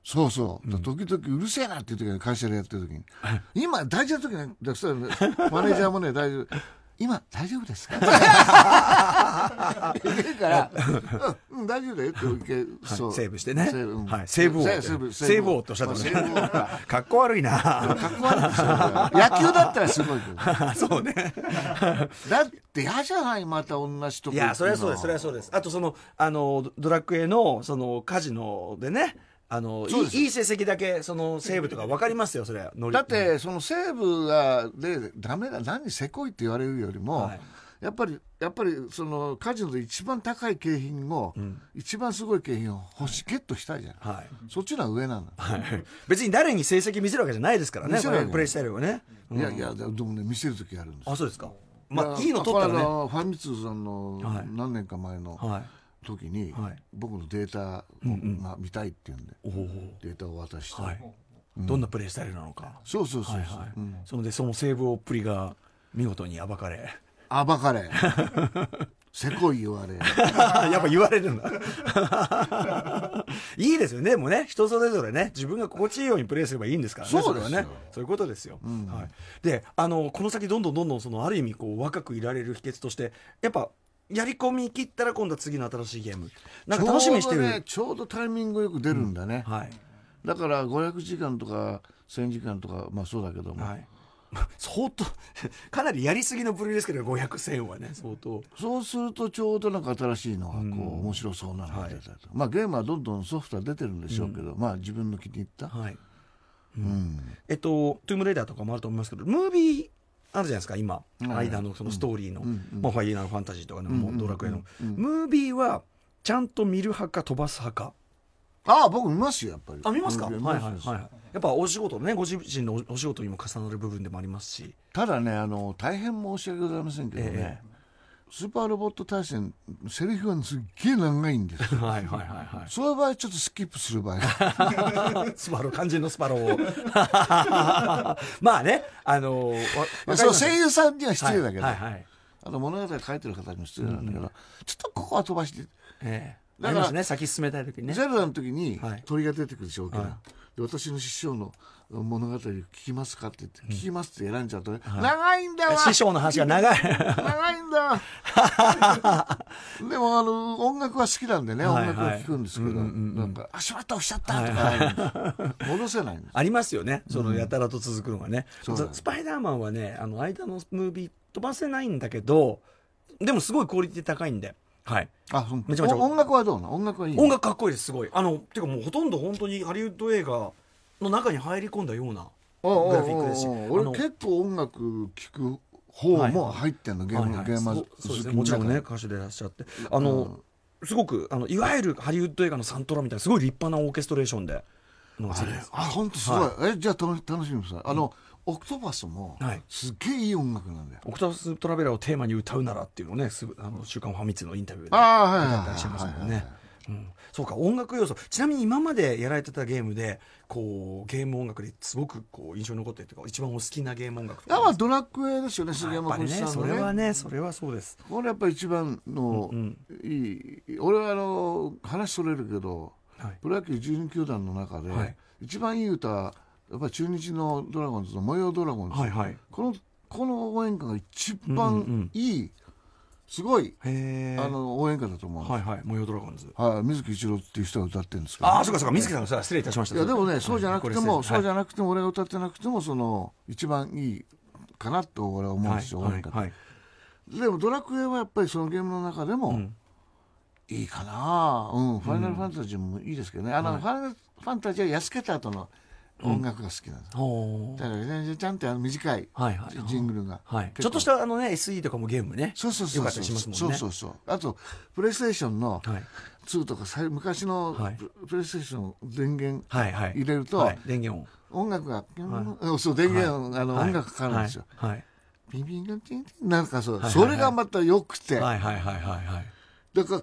S3: そうそう、だから時々うるせえなっていう時に会社でやってる時に、今大事な時にだからそうマネージャーもね大丈 夫今大丈夫ですか言う から、うんうん、大丈夫だよって受け
S1: はい
S3: そう
S1: セーブしてね。
S3: セーブうん
S1: はい。セーブ王。
S3: セ
S1: セ
S3: ーブ
S1: ーブ王っておっしゃってまし
S3: セーブ王
S1: た。
S3: か
S1: かっこ悪いな。
S3: かっこ悪いですよこれ野球だったらすごいけど
S1: そうね。
S3: だって嫌じゃないまた同じとこ
S1: いや、それはそうです、それはそうです。あと、その、あの、ドドラクエの、その、カジノでね、あの、
S3: そう
S1: い
S3: です
S1: いいい成績だけ、その、セーブとか分かりますよ、それ、ノリ
S3: だっ、てその西武がでダメだ何せこいって言われるよりも、
S1: はい
S3: やっぱりやっぱりそのカジノで一番高い景品を、一番すごい景品を欲しゲットしたいじゃん、
S1: はい。
S3: そっちのは上なの、
S1: はい。別に誰に成績見せるわけじゃないですからね、
S3: 見せないよ
S1: これプレイスタイルはね。
S3: い、やいやでもね見せる時あるんですよ
S1: あ、そうですか。まあ、
S3: だ
S1: いいの取った
S3: これあ
S1: らね。
S3: のファミ通さんの
S1: はい
S3: 何年か前の
S1: はい。
S3: 時に、
S1: はい
S3: 僕のデータが見たいって言うんで、
S1: おお。
S3: データを渡して、
S1: はい。どんなプレイスタイルなのか。
S3: そうそうそうそう、
S1: はいはい
S3: うん。
S1: そので、そのセーブ王っぷりが、見事に暴かれ。
S3: 暴かれ せこい言われ
S1: やっぱ言われるんだ。 いいですよね。もうね、人それぞれね、自分が心地いいようにプレイすればいいんですからね。
S3: そうですよ
S1: れはね。そういうことですよ。はい。で、あの、この先どんどんどんどん、その、ある意味、こう、若くいられる秘訣として、やっぱ、やり込み切ったら今度は次の新しいゲーム。なんか楽しみにしてる。
S3: ちょうどねちょうどタイミングよく出るんだね、
S1: はい。
S3: だから500時間とか1000時間とかまあそうだけども、
S1: はい。相当、 かなりやりすぎの部類ですけど、500、1000はね、相当。
S3: そうするとちょうどなんか新しいのがこう面白そうなのが出たりとか、まあゲームはどんどんソフトは出てるんでしょうけど、まあ自分の気に入った、
S1: はい。
S3: うん
S1: えっと、トゥームレイダーとかもあると思いますけど、ムービーあるじゃないですか、今、
S3: ん
S1: 間のそのストーリーの、
S3: ん
S1: まあ、ファイナルファンタジーとかね、もうドラクエの、ムービーは、ちゃんと見る派か飛ばす派か。
S3: ああ僕見ますよやっぱり
S1: あ、見ますか
S3: うん
S1: はいはい
S3: 見ます
S1: はい。やっぱお仕事のね、ご自身のおお仕事にも重なる部分でもありますし、
S3: ただねあの大変申し訳ございませんけどね、スーパーロボット大戦セリフがすっげえ長いんですよ
S1: はいはいはいは
S3: そういう場合ちょっとスキップす る場合
S1: い。 スパロー、肝心のスパローを。 まあね、あのー、わわかり
S3: そ
S1: ま
S3: う
S1: す
S3: 声優さんには失礼だけど、
S1: はいはいはい
S3: あと物語書いてる方にも失礼なんだけど、ちょっとここは飛ばして
S1: ええ
S3: だから
S1: ありますね、先進めたい時にね
S3: ゼ。ルダの時に
S1: はい
S3: 鳥が出てくるでしょ、大きなで私の師匠の物語を聞きますかって言って、聞きますって選んじゃうとね、長いんだわ
S1: 師匠の話が長い。
S3: 長いんだわでもあの音楽は好きなんでね、
S1: はいはい
S3: 音楽は聴くんですけど、なんか「あしまった押しちゃった」とかあるんです、戻せないんです
S1: ありますよね、そのやたらと続くのがね。
S3: そうだね
S1: スパイダーマンはね、あの間のムービー飛ばせないんだけど、でもすごいクオリティ高いんで。はい。
S3: あそう
S1: めちゃめちゃ
S3: お音楽はどうなの音楽はいいの
S1: 音楽かっこいいです、すごい。あの、てかもうほとんど本当にハリウッド映画の中に入り込んだようなグ
S3: おうおうおうおう
S1: ラフィックですし。あ
S3: 俺
S1: の
S3: 結構音楽聴く方も入ってんの、ゲーム、
S1: はいはい
S3: ゲーマー
S1: そうそうですねもちろんね歌手でいらっしゃってあの、すごくあのいわゆるハリウッド映画のサントラみたいなすごい立派なオーケストレーションでのが好きです
S3: あ本当すごい、えじゃあ楽し楽しみですあの、オクトパスも、
S1: はい
S3: すっげえいい音楽なんだよ
S1: オクタストラベラーをテーマに歌うならっていうのをねすぐあの週刊ファミツのインタビューで
S3: ああはいはい
S1: 歌ったりしてますもんね。うん、そうか音楽要素ちなみに今までやられてたゲームでこうゲーム音楽ですごくこう印象に残ってるというか一番お好きなゲーム音楽とか
S3: あまあドラクエですよね杉
S1: やっ
S3: 山
S1: ぱり
S3: 浩
S1: ね
S3: 一さん
S1: そ
S3: の
S1: れは
S3: ね
S1: ねそれはそうです
S3: これやっぱ一番の
S1: うん
S3: いい、俺はあの話それるけど
S1: はい
S3: プロ野球12球団の中で、
S1: はい
S3: 一番いい歌やっぱり中日のドラゴンズの「模様ドラゴンズ」
S1: はいはい
S3: このこの応援歌が一
S1: うんうんうん
S3: 番いい、すごい
S1: へえ
S3: あの応援歌だと思う、
S1: はいはい模様ドラゴンズ
S3: はい、水木一郎っていう人が歌ってるんですけど
S1: ああそうかそうか水木さんがそうだ失礼いたしました
S3: いやでもねそうじゃなくても、そうじ
S1: ゃ
S3: ゃなくても俺が歌ってなくてもその一番いいかなと俺は思うんですよ、
S1: はいは
S3: 音
S1: い
S3: 楽
S1: はい
S3: でもドラクエはやっぱりそのゲームの中でも、
S1: ん
S3: いいかなうん、ファイナルファンタジーもいいですけどねあの、ファイナルファンタジーは安けた後の音楽が好きなんです、
S1: ほ
S3: だからねちゃんとあの短い
S1: はいはい
S3: ジングルが、
S1: うはい
S3: 結
S1: ちょ
S3: 構
S1: っとしたあのね SE とかもゲームね
S3: そうそうそ
S1: よ
S3: う
S1: か
S3: そう
S1: ったりしますもんね
S3: そうそうそうあとプレイステーションの
S1: はい
S3: 2とかさい昔のプ,、
S1: はい
S3: レイステーションの電源
S1: はいはい
S3: 入れると、
S1: はい電源音
S3: 音楽が、うんそう電源、あの、
S1: はい
S3: 音楽かかるんですよ、
S1: はいはい
S3: ビンビンビンビンなんかそう、
S1: はいはい
S3: それがまた良くて、
S1: はいはいはいはいはい
S3: だから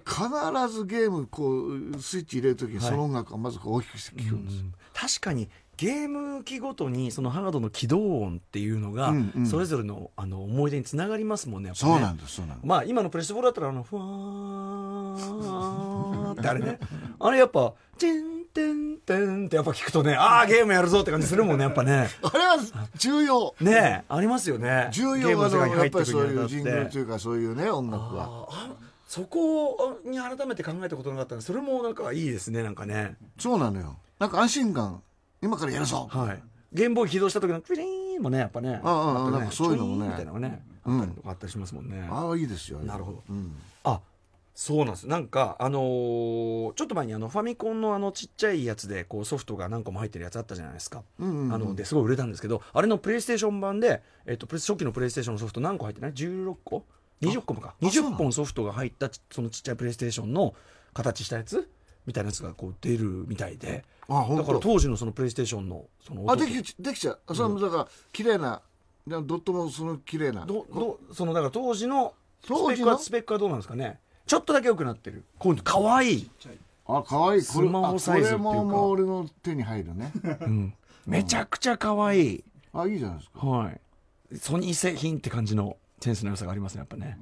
S3: 必ずゲームこうスイッチ入れるときにその音楽をまずこう大きくして聴くんですよ、
S1: 確かにゲーム機ごとにそのハードの起動音っていうのが
S3: うんうん
S1: それぞれのあの思い出につながりますもんねやっぱね
S3: そうなんですそうなんです、
S1: まあ今のプレステ4だったらあのふわーっ てあれねあれやっぱ「チンテンテン」ってやっぱ聞くとねああゲームやるぞって感じするもんねやっぱね
S3: あれは重要
S1: ねえありますよね
S3: 重
S1: ゲー
S3: 要
S1: ム
S3: な
S1: の世界に
S3: のや
S1: 入
S3: っ
S1: って
S3: ぱ
S1: く
S3: りそう
S1: るに
S3: いう
S1: あた
S3: ジ
S1: っ
S3: ングル
S1: て
S3: というかそういうね音楽は
S1: ああそこに改めて考えたことなかったんでそれもなんかいいですねなんかね
S3: そうなのよなんか安心感今からやるぞ、
S1: はいゲームボーイ起動した時のクリーンもねやっぱね
S3: あああ
S1: と
S3: あ
S1: ね
S3: なんかそういうのも
S1: チュ
S3: ね
S1: イーンみたいなのがねあったりとかあったりしますもんね
S3: ああいいですよ
S1: なるほど
S3: うん、
S1: あそうなんですなんかあのーちょっと前にあのファミコンのあのちっちゃいやつでこうソフトが何個も入ってるやつあったじゃないですか、
S3: んうんうん
S1: あのですごい売れたんですけどあれのプレイステーション版で、えっとプレス初期のプレイステーションのソフト何個入ってない16個20個もか
S3: あそうな
S1: 20
S3: の
S1: 本ソフトが入ったちそのちっちゃいプレイステーションの形したやつみたいなやつがこう出るみたいで
S3: あ本当
S1: だから当時のそのプレイステーションのその
S3: あ
S1: 音と
S3: できできちゃうあそれもだから綺麗なドットもその綺麗な
S1: どどそのだから当時のスペ
S3: 当
S1: ッ
S3: 時
S1: クは
S3: の
S1: スペックはどうなんですかねちょっとだけ良くなってる今度かわいい、
S3: あ可愛いこれ
S1: スマホサイズっていうか
S3: あこれももう俺の手に入るね
S1: うん、めちゃくちゃかわいい、
S3: あいいじゃないですか
S1: はいソニー製品って感じのセンスの良さがありますねやっぱね、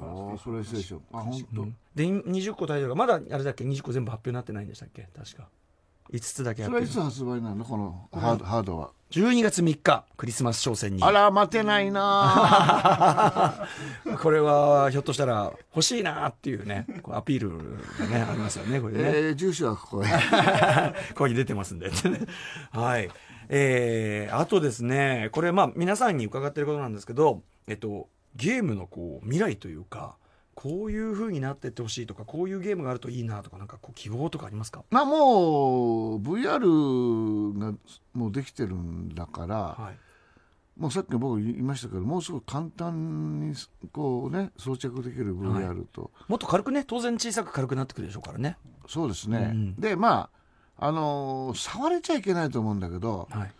S3: ああそれでしょあ本
S1: う
S3: 当
S1: んで20個タイトルがまだあれだっけ20個全部発表になってないんでしたっけ確か5つだけ
S3: そ
S1: 発
S3: れはい
S1: 表
S3: つ発売なのこのハードハードは
S1: 12月3日クリスマス商戦に
S3: あら待てないなあ
S1: これはひょっとしたら欲しいなーっていうねこうアピールがねあ りますよ ねこれね、
S3: えー住所はここへ
S1: ここに出てますんで。 はい。えー、あとですね、これまあ皆さんに伺ってることなんですけど、えっと、ゲームのこう未来というか、こういう風になってってほしいとか、こういうゲームがあるといいなとか、なんかこう希望とかありますか
S3: まあもう VR がもうできてるんだから、
S1: はい。
S3: もうさっき僕言いましたけどもうすごく簡単にこうね装着できる VR と、
S1: もっと軽くね、当然小さく軽くなってくるでしょうからね。
S3: そうですね、
S1: うん
S3: でまああのー触れちゃいけないと思うんだけど、
S1: はい。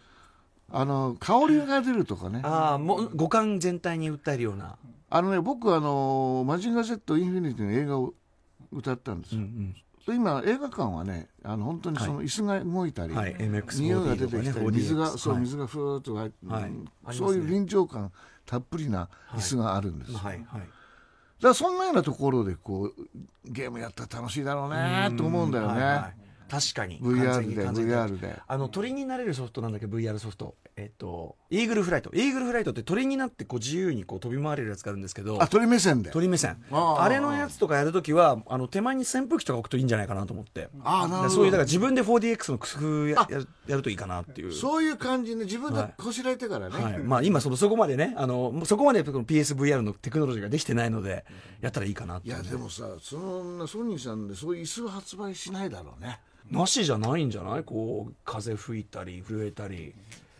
S3: あの香りが出るとかねあ
S1: ああもう五感全体に訴えるような、
S3: のね僕あのマジンガー Z インフィニティの映画を歌ったんです
S1: う
S3: よ、
S1: ん
S3: 今映画館はねあの本当にその椅子が動いた
S1: う
S3: り、
S1: ん、はい
S3: 匂いが
S1: MX4D と
S3: 出て
S1: かね
S3: きたり、
S1: 4DX
S3: 水がそう、
S1: はい
S3: 水がふーっと入って、
S1: はい
S3: うん
S1: ありますね
S3: そういう臨場感たっぷりな椅子があるんです、
S1: はいはい
S3: だからそんなようなところでこうゲームやったら楽しいだろうねと思うんだよね、
S1: はいはい確かに完全
S3: VR
S1: に
S3: で
S1: 完全に
S3: VR で
S1: あの鳥になれるソフトなんだけど VR ソフトえっとイーグルフライトイーグルフライトって鳥になってこう自由にこう飛び回れるやつがあるんですけど
S3: あ鳥目線で
S1: 鳥目線
S3: あ
S1: あ
S3: ー
S1: れのやつとかやるときはあの手前に扇風機とか置くといいんじゃないかなと思って
S3: ああなるほど
S1: そういうだから自分で 4DX の工夫ややるやるといいかなっていう
S3: そういう感じで自分で
S1: はい
S3: こしらえてからね、
S1: はいまあ、今そのそこまでねあのもうそこまでこの PSVR のテクノロジーができてないのでやったらいいかなって
S3: い
S1: い
S3: やでもさそのソニーさんでそういう椅子発売しないだろうね
S1: なしじゃないんじゃないこう風吹いたり震えたり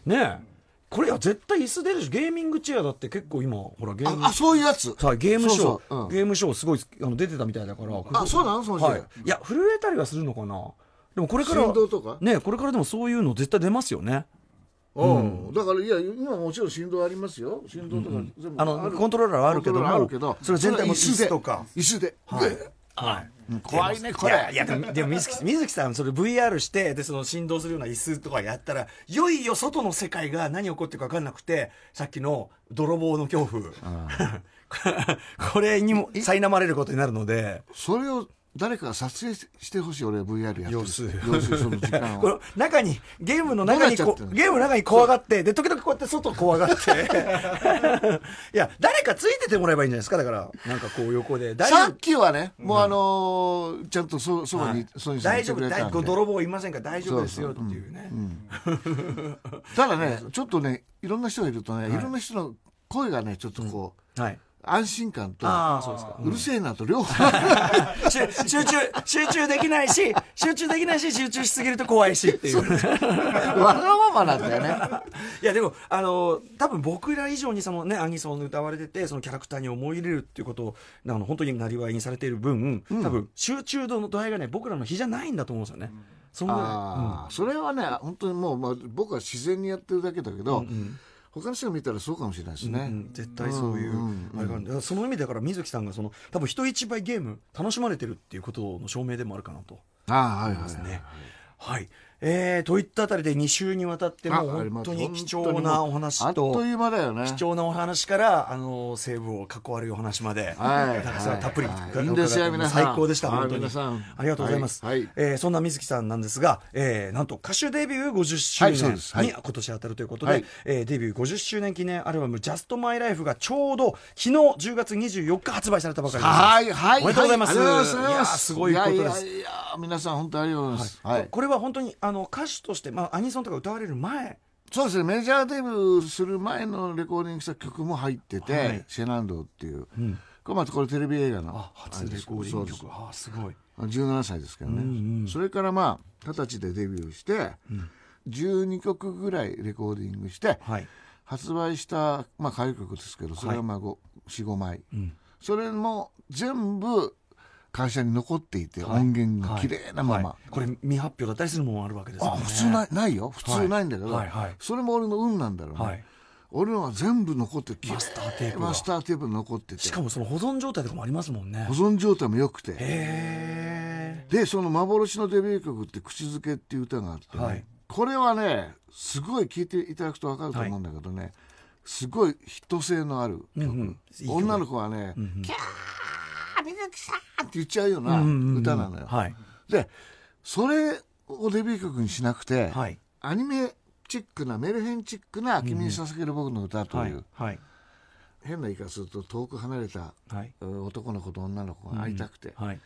S1: ねえこれいや絶対椅子出るしゲーミングチェアだって結構今ほらゲーム
S3: ああそういうやつ
S1: さあゲームショー
S3: そうそううん
S1: ゲームショーすごいあの出てたみたいだからここ
S3: あそうなのその時
S1: はい、いや震えたりはするのかなでもこれから
S3: 振動とか
S1: ねこれからでもそういうの絶対出ますよね
S3: うん、だからいや今もちろん振動ありますよ振動とか全部
S1: あのコントローラーはあるけども
S3: コントローラーあるけど
S1: それ全体も
S3: それは
S1: 椅子とか
S3: 椅子で椅子で、
S1: はい
S3: うん怖いねこ
S1: いやい
S3: れ
S1: やでもでも水木水木さんそれ VR してでその振動するような椅子とかやったらいよいよ外の世界が何起こってるか分かんなくてさっきの泥棒の恐怖 これにも苛まれることになるので
S3: それを誰かが撮影してほしい俺 VR やってる
S1: 様子
S3: 様子その時間
S1: こ
S3: を
S1: の中にゲームの中にこ
S3: どうなっちゃってんの
S1: ゲームの中に怖がってで時々こうやって外怖がって いや誰かついててもらえばいいんじゃないですかだからなんかこう横で大
S3: さ
S1: 丈
S3: っきはねもうあのーちゃんとそそばに、ソ
S1: 夫
S3: ニーさんが
S1: 大
S3: いて
S1: 丈
S3: く
S1: 夫
S3: れた
S1: 大
S3: ん
S1: こう
S3: で
S1: 泥棒いませんから大丈夫ですよっていうね
S3: ただねちょっとねいろんな人がいるとね、い、ろんな人の声がねちょっとこう、
S1: はい
S3: 安心感と
S1: ああそうですか
S3: うるせえなと両方
S1: 集集中集中できないし集中できないし集中しすぎると怖いしっていう
S3: わがままなんだよね。
S1: いやでもあの多分僕ら以上にそのねアニソンで歌われててそのキャラクターに思い入れるっていうことをあの本当になりわいにされている分、多分集中度の度合いがね僕らの比じゃないんだと思うんですよね。そんな
S3: ああ、それはね、本当にもう、まあ、僕は自然にやってるだけだけど、他の人が見たらそうかもしれないですね。
S1: うん絶対そういう、あれがあるんでその意味だから水木さんがその多分人一倍ゲーム楽しまれてるっていうことの証明でもあるかなと。
S3: ああ、はいはい、
S1: です
S3: はい。
S1: ね。はい。えー、といったあたりで2週にわたってもう
S3: あありま
S1: 本
S3: す
S1: 当に貴重なお話
S3: あっ
S1: と
S3: という間だよね。
S1: 貴重なお話からあの西部を囲われるお話まで、
S3: はい
S1: たくさんたっぷり、
S3: はい
S1: 伺
S3: いいんですよ
S1: 伺って
S3: 皆さん
S1: 最高でした
S3: はい
S1: 本当に
S3: 皆さん
S1: ありがとうございます、
S3: はいはい
S1: えーそんな水木さんなんですが、えーなんと歌手デビュー50周
S3: はいそう
S1: 年
S3: ですはい
S1: に今年当たるということで、
S3: はい
S1: えーデビュー50周年記念アルバム「Just My Life」がちょうど昨日10月24日発売されたばかりです
S3: はい、はい。
S1: おめでとうございます
S3: ありがとうございます。
S1: いやーすごいことです
S3: いやいやいや、皆さん本当にありがとうございます。はい。
S1: これは本当にあの歌手として、まあ、アニソンとか歌われる前
S3: そうですね、メジャーデビューする前のレコーディングした曲も入ってて、
S1: はい
S3: シェナンドっていう。これまたこれテレビ映画の
S1: あ初レコーディング曲あーすごい
S3: 17歳ですけどね、それからまあ二十歳でデビューして、12曲ぐらいレコーディングして、
S1: はい
S3: 発売した、まあ、歌謡曲ですけどそれはまあ45枚、それも全部会社に残っていて、音源が綺麗なまま、
S1: はいこれ未発表だったりするもんあるわけです
S3: あ
S1: よね
S3: 普通ないないよ普通ないんだけど、
S1: はいはい
S3: それも俺の運なんだろうね、
S1: はい
S3: 俺のは全部残ってて
S1: マスターテープが
S3: マスターテープが残ってて
S1: しかもその保存状態とかもありますもんね
S3: 保存状態も良くて
S1: へ
S3: でその幻のデビュー曲って「口づけ」っていう歌があってね、
S1: はい
S3: これはねすごい聴いていただくと分かると思うんだけどね、すごいヒット性のある曲、女の子はね「キャー水木さん!」って言っちゃうような歌なのよ、
S1: えはい
S3: でそれをデビュー曲にしなくて、
S1: はい
S3: アニメチックなメルヘンチックな「君に捧げる僕の歌」という、
S1: はいはい
S3: 変な言い方すると遠く離れた
S1: はい
S3: うん男の子と女の子が会いたくて、
S1: はい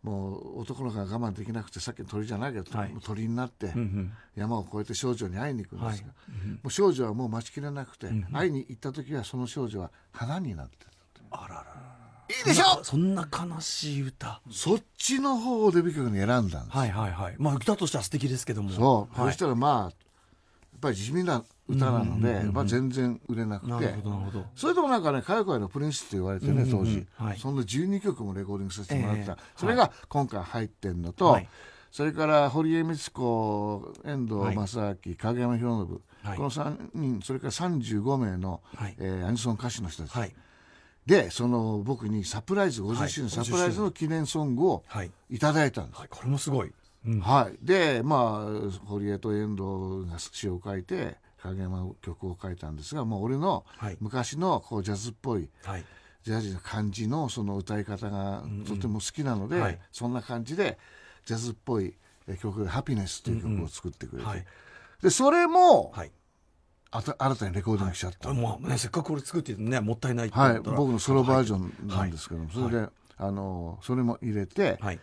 S3: もう男の子が我慢できなくてさっきの鳥じゃないけど、
S1: はい
S3: もう鳥になって、
S1: ん
S3: 山を越えて少女に会いに行くんですが、
S1: は
S3: もう少女はもう待ちきれなくて、会いに行った時はその少女は花になってた
S1: あらら
S3: いいでしょ
S1: そんな悲しい歌
S3: そっちの方をデビュー曲に選んだんです、
S1: はいはいはいまあ歌としては素敵ですけども
S3: そう、
S1: はい
S3: そしたらまあやっぱり地味な歌なので、まあ、全然売れなくて
S1: なるほどなるほど
S3: それでもなんかね歌謡界のプリンスって言われてね当時、
S1: はい
S3: そんな12曲もレコーディングさせてもらってた、
S1: ええ
S3: それが今回入ってんのと、
S1: はい
S3: それから堀江光子、遠藤
S1: はい
S3: 正明、影山博信、
S1: はい
S3: この3人、それから35名の、
S1: はい
S3: えーアニソン歌手の人たち、
S1: はい
S3: でその僕にサプライズ50周年、
S1: はい
S3: サプライズの記念ソングを
S1: はい
S3: いただいたんです。
S1: はいこれもすごい、うん
S3: はい、でまあ堀江と遠藤が詩を書いて影山の曲を書いたんですがもう俺の
S1: はい
S3: 昔のこうジャズっぽい
S1: はい
S3: ジャズの感じのその歌い方がとても好きなので、
S1: はい
S3: そんな感じでジャズっぽい曲で「ハピネス」という曲を作ってくれて、
S1: はい
S3: でそれも、
S1: はい
S3: あた新たにレコーディングしちゃった、
S1: あもうねせっかくこれ作っててねもったいないって
S3: はい
S1: 思ったら
S3: 僕のソロバージョ
S1: ン
S3: ンなんですけども、それで、あのそれも入れて、
S1: はい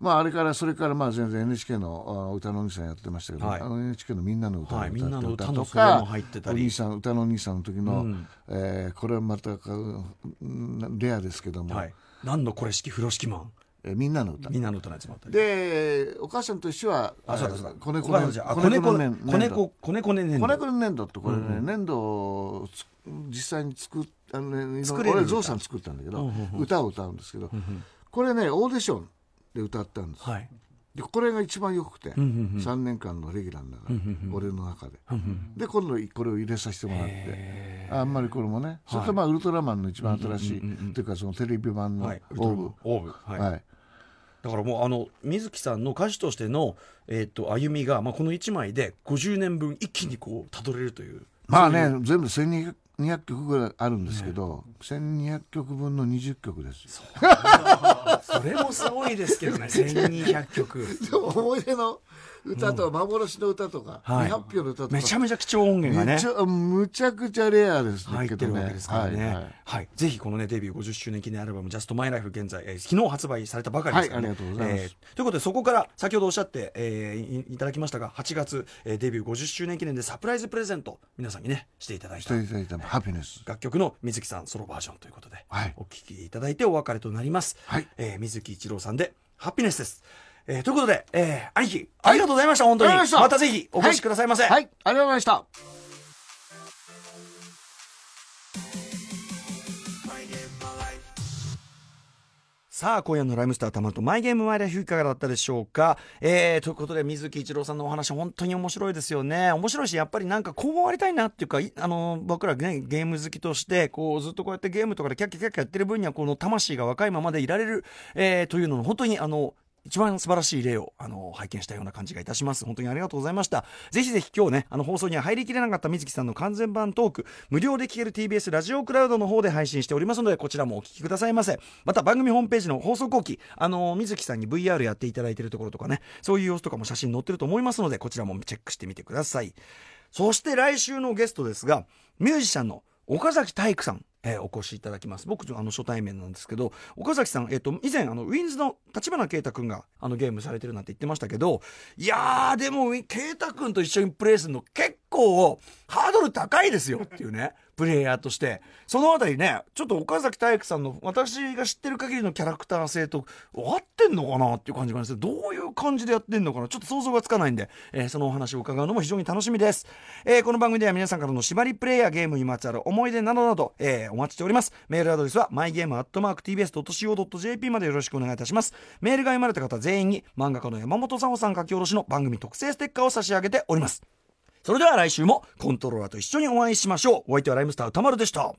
S3: まあ、あれからそれからまあ全然 NHK のあ歌のお兄さんやってましたけど、
S1: はい
S3: あの NHK の「みんなの歌」
S1: はいみんなの歌の
S3: と
S1: それ
S3: か
S1: も入ってたり
S3: お兄さん歌のお兄さんの時の、
S1: うん
S3: えーこれはまたかうんレアですけども、
S1: はい何のこれ式風呂敷マン
S3: えーみんなの歌
S1: みんなの歌のやつもあったり
S3: でお母さんと一緒は
S1: あそうだそうだ
S3: えー子猫
S1: お母さんじゃあ子猫
S3: 年
S1: 子猫子猫ねね
S3: 子猫の粘土ってこれね、
S1: うんうん
S3: 粘土をつ実際に作っあの、ね、いろいろ
S1: 作れる歌
S3: 俺ゾウさん作ったんだけど、
S1: うんうんうん
S3: 歌を歌うんですけど、
S1: うんうん
S3: これねオーディションで歌ったんです
S1: はい
S3: でこれが一番良くて、
S1: うんうんうん
S3: 3年間のレギュラーの中で、
S1: うんうんうん
S3: 俺の中で
S1: うんうん
S3: で今度これを入れさせてもらってあんまりこれもね、それとまあウルトラマンの一番新しい、
S1: うんうんうんうん
S3: というかそのテレビ版の
S1: はい
S3: オー
S1: オーブ
S3: ブ、
S1: はい
S3: はい
S1: だからもうあの水木さんの歌手としての、えー、と歩みが、まあ、この1枚で50年分一気にこうたどれるという
S3: まあね全部1200曲ぐらいあるんですけど、1200曲分の20曲です
S1: それもすごいですけど ね1200曲
S3: 思い出の歌と幻の歌とか、
S1: はい
S3: 未発表の歌とか
S1: めちゃめちゃ貴重音源がね
S3: めちゃむちゃくちゃレアです
S1: 入
S3: ね
S1: ってるわけですからね。
S3: は
S1: はいい、
S3: はい
S1: ぜひこのねデビュー50周年記念アルバム「ジャストマイライフ現在、えー昨日発売されたばかりですから、ね
S3: はいありがとうございます
S1: えーということでそこから先ほどおっしゃって、えーいいただきましたが8月、えーデビュー50周年記念でサプライズプレゼント皆さんにねしていただい
S3: したていただいたハピネス
S1: 楽曲の水木さんソロバージョンということで、
S3: はい
S1: お聴きいただいてお別れとなります、
S3: はい
S1: えー水木一郎さんで「ハッピネス」です、えーということで、えー兄貴ありがとうございました、本当に
S3: ありがとうござ
S1: た
S3: いました
S1: ぜひお越しくださいませ、
S3: はい、ありがとうございました。
S1: さあ、今夜のライムスターたまると、マイゲームマイライフいかがだったでしょうか。えー、ということで、水木一郎さんのお話、本当に面白いですよね。面白いし、やっぱりなんか、こうありたいなっていうか、いあの、僕らね、ゲーム好きとして、こう、ずっとこうやってゲームとかでキャッキャキャッキャやってる分には、この魂が若いままでいられる、えー、というのの、本当に、あの、一番素晴らしい例をあの拝見したような感じがいたします。本当にありがとうございました。ぜひぜひ今日ね、あの放送には入りきれなかった水木さんの完全版トーク、無料で聴ける TBS ラジオクラウドの方で配信しておりますので、こちらもお聞きくださいませ。また番組ホームページの放送後期、あの、水木さんに VR やっていただいているところとかね、そういう様子とかも写真載ってると思いますので、こちらもチェックしてみてください。そして来週のゲストですが、ミュージシャンの岡崎体育さん、えーお越しいただきます。僕、あの、初対面なんですけど、岡崎さん、えっ、と、以前、あの、ウィンズの立花啓太くんが、あの、ゲームされてるなんて言ってましたけど、いやー、でも、ウィン啓太くんと一緒にプレイするの結構、ハードル高いですよっていうね、 プレイヤーとして。そのあたりね、ちょっと岡崎体育さんの、私が知ってる限りのキャラクター性と、合ってんのかなっていう感じがする。どういう感じでやってんのかなちょっと想像がつかないんで、えーそのお話を伺うのも非常に楽しみです。えーこの番組では皆さんからの縛りプレイやゲームにまつわる思い出などなど、えーお待ちしております。メールアドレスは mygame.tbs.co.jp までよろしくお願いいたします。メールが読まれた方全員に漫画家の山本さほさん書き下ろしの番組特製ステッカーを差し上げております。それでは来週もコントローラーと一緒にお会いしましょう。お相手はライムスター歌丸でした。